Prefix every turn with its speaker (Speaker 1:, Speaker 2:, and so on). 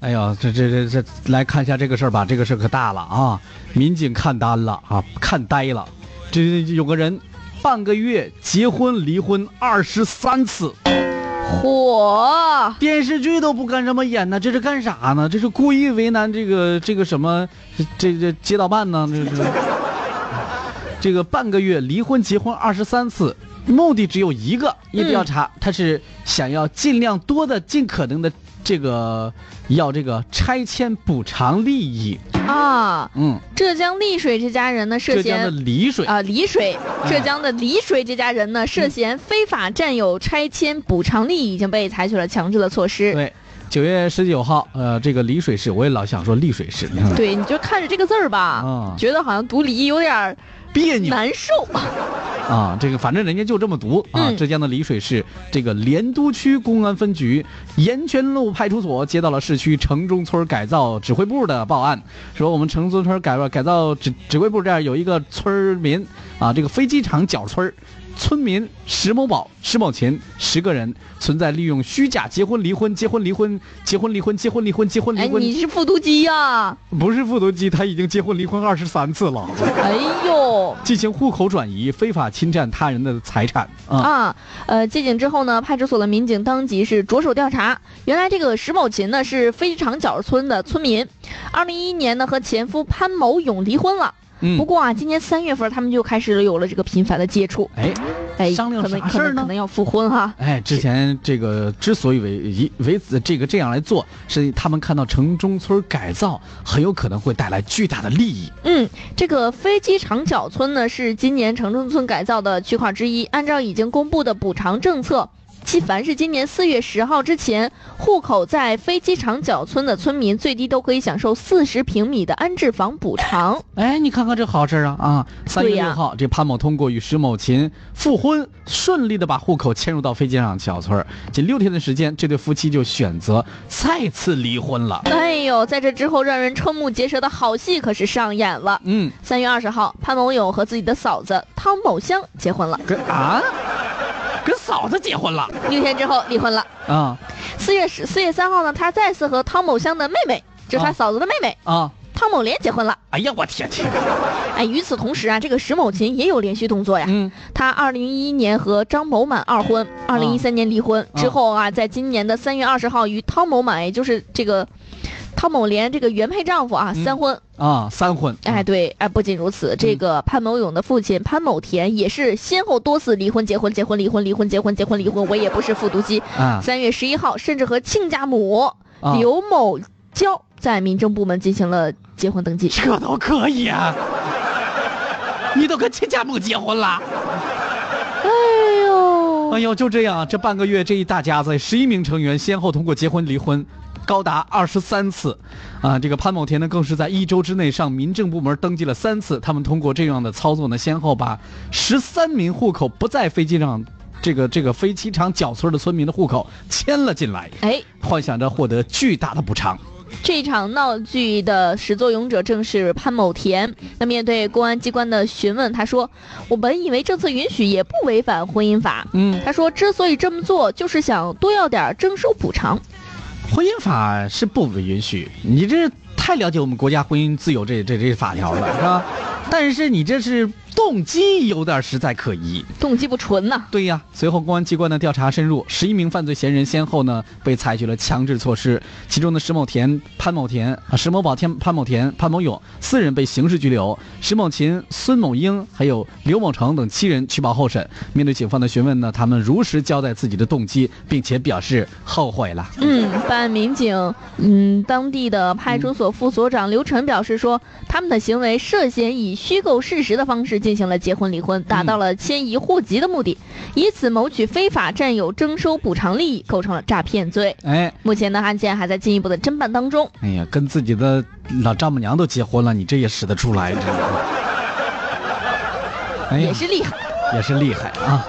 Speaker 1: 哎呀，这这这这，来看一下这个事儿吧，这个事儿可大了啊！民警看呆了啊，看呆了，这这有个人半个月结婚离婚二十三次，
Speaker 2: 火，
Speaker 1: 电视剧都不干这么演呢，这是干啥呢？这是故意为难这个这个什么这这街道办呢？这是这个半个月离婚结婚二十三次，目的只有一个，一调查、他是想要尽量多的、尽可能的这个要这个拆迁补偿利益。
Speaker 2: 啊！
Speaker 1: 嗯，
Speaker 2: 浙江丽水这家人呢涉
Speaker 1: 浙江
Speaker 2: 嫌
Speaker 1: 的丽水，嗯
Speaker 2: 啊、丽水，浙江的丽水这家人呢涉嫌非法占有拆迁补偿利益，已经被采取了强制的措施。
Speaker 1: 对，九月十九号，呃，这个丽水市，我也老想说丽水市，嗯
Speaker 2: 对，你就看着这个字儿吧，
Speaker 1: 啊
Speaker 2: 觉得好像读离有点儿
Speaker 1: 别扭
Speaker 2: 难受。
Speaker 1: 啊，这个反正人家就这么读啊。
Speaker 2: 嗯
Speaker 1: 浙江的丽水市这个莲都区公安分局盐泉路派出所接到了市区城中村改造指挥部的报案，说我们城中村改改造指指挥部这儿有一个村儿民啊，这个飞机场角村儿。村民石某宝、石某琴十个人存在利用虚假结婚、离婚、结婚、离婚、结婚、离婚、结婚、离婚、结婚、离
Speaker 2: 哎，
Speaker 1: 婚，
Speaker 2: 你是复读机呀、
Speaker 1: 不是复读机，他已经结婚离婚二十三次了，
Speaker 2: 哎呦！
Speaker 1: 进行户口转移，非法侵占他人的财产啊。
Speaker 2: 啊，呃，接警之后呢，派出所的民警当即是着手调查。原来这个石某琴呢是飞机场角村的村民，二零一一年呢和前夫潘某勇离婚了。
Speaker 1: 嗯
Speaker 2: 不过啊，今年三月份他们就开始有了这个频繁的接触。
Speaker 1: 哎，
Speaker 2: 哎，
Speaker 1: 商量
Speaker 2: 可能
Speaker 1: 啥
Speaker 2: 可
Speaker 1: 事儿
Speaker 2: 能
Speaker 1: 呢
Speaker 2: 可能要复婚哈。
Speaker 1: 哎，之前这个之所以为以为此这个这样来做，是他们看到城中村改造很有可能会带来巨大的利益。
Speaker 2: 嗯，这个飞机场角村呢是今年城中村改造的区块之一。按照已经公布的补偿政策，其凡是今年四月十号之前户口在飞机场角村的村民，最低都可以享受四十平米的安置房补偿。
Speaker 1: 哎，你看看这好事儿啊啊！三月
Speaker 2: 对呀
Speaker 1: 六号，这潘某通过与石某琴复婚，顺利的把户口迁入到飞机场小村儿。仅六天的时间，这对夫妻就选择再次离婚了。
Speaker 2: 哎呦，在这之后让人瞠目结舌的好戏可是上演了。
Speaker 1: 嗯，
Speaker 2: 三月二十号，潘某勇和自己的嫂子汤某香结婚了，
Speaker 1: 跟啊，跟嫂子结婚了
Speaker 2: 六天之后离婚了。
Speaker 1: 啊
Speaker 2: 四月十四月三号呢，他再次和汤某香的妹妹，就是
Speaker 1: 啊
Speaker 2: 他嫂子的妹妹、
Speaker 1: 啊！
Speaker 2: 汤某莲结婚了。
Speaker 1: 哎呀，我天天，
Speaker 2: 哎，与此同时啊，这个石某琴也有连续动作呀。
Speaker 1: 嗯，啊
Speaker 2: 她二零一一年和张某满二婚，二零一三年离婚、之后啊，在今年的三月二十号与汤某满，也就是这个汤某莲这个原配丈夫啊、
Speaker 1: 嗯
Speaker 2: 三婚。
Speaker 1: 啊，嗯三婚，
Speaker 2: 哎，对，哎，不仅如此，这个潘某勇的父亲潘某田也是先后多次离婚、结婚、结婚、离婚、离婚、结婚、结婚、离婚。我也不是复读机。
Speaker 1: 啊，
Speaker 2: 三月十一号，甚至和亲家母、
Speaker 1: 啊
Speaker 2: 刘某娇在民政部门进行了结婚登记。
Speaker 1: 这都可以啊？你都跟亲家母结婚了？
Speaker 2: 哎呦
Speaker 1: 哎，呦，就这样，这半个月这一大家子十一名成员先后通过结婚、离婚，高达二十三次，啊，这个潘某田呢更是在一周之内上民政部门登记了三次。他们通过这样的操作呢，先后把十三名户口不在飞机场这个这个飞机场角村的村民的户口迁了进来，
Speaker 2: 哎，
Speaker 1: 幻想着获得巨大的补偿。
Speaker 2: 这场闹剧的始作俑者正是潘某田。那面对公安机关的询问，他说：“我本以为政策允许，也不违反婚姻法。”
Speaker 1: 嗯，
Speaker 2: 他说：“之所以这么做，就是想多要点征收补偿。
Speaker 1: 婚姻法是不允许，你这太了解我们国家婚姻自由这这这法条了，是吧？但是你这是动机有点实在可疑。
Speaker 2: 动机不纯呐、
Speaker 1: 对呀，随后公安机关的调查深入，十一名犯罪嫌疑人先后呢被采取了强制措施，其中的石某田、潘某田、啊石某宝、天潘某田、潘某勇四人被刑事拘留，石某琴、孙某英还有刘某成等七人取保候审。面对警方的询问呢，他们如实交代自己的动机，并且表示后悔了。
Speaker 2: 嗯，办案民警，嗯，当地的派出所副所长刘晨表示说，他们的行为涉嫌以虚构事实的方式进行了结婚离婚，达到了迁移户籍的目的，以此谋取非法占有、征收补偿利益，构成了诈骗罪。
Speaker 1: 哎。
Speaker 2: 目前呢，案件还在进一步的侦办当中。
Speaker 1: 哎呀，跟自己的老丈母娘都结婚了，你这也使得出来，这。哎呀
Speaker 2: 也，是厉害。
Speaker 1: 哎也是厉害啊！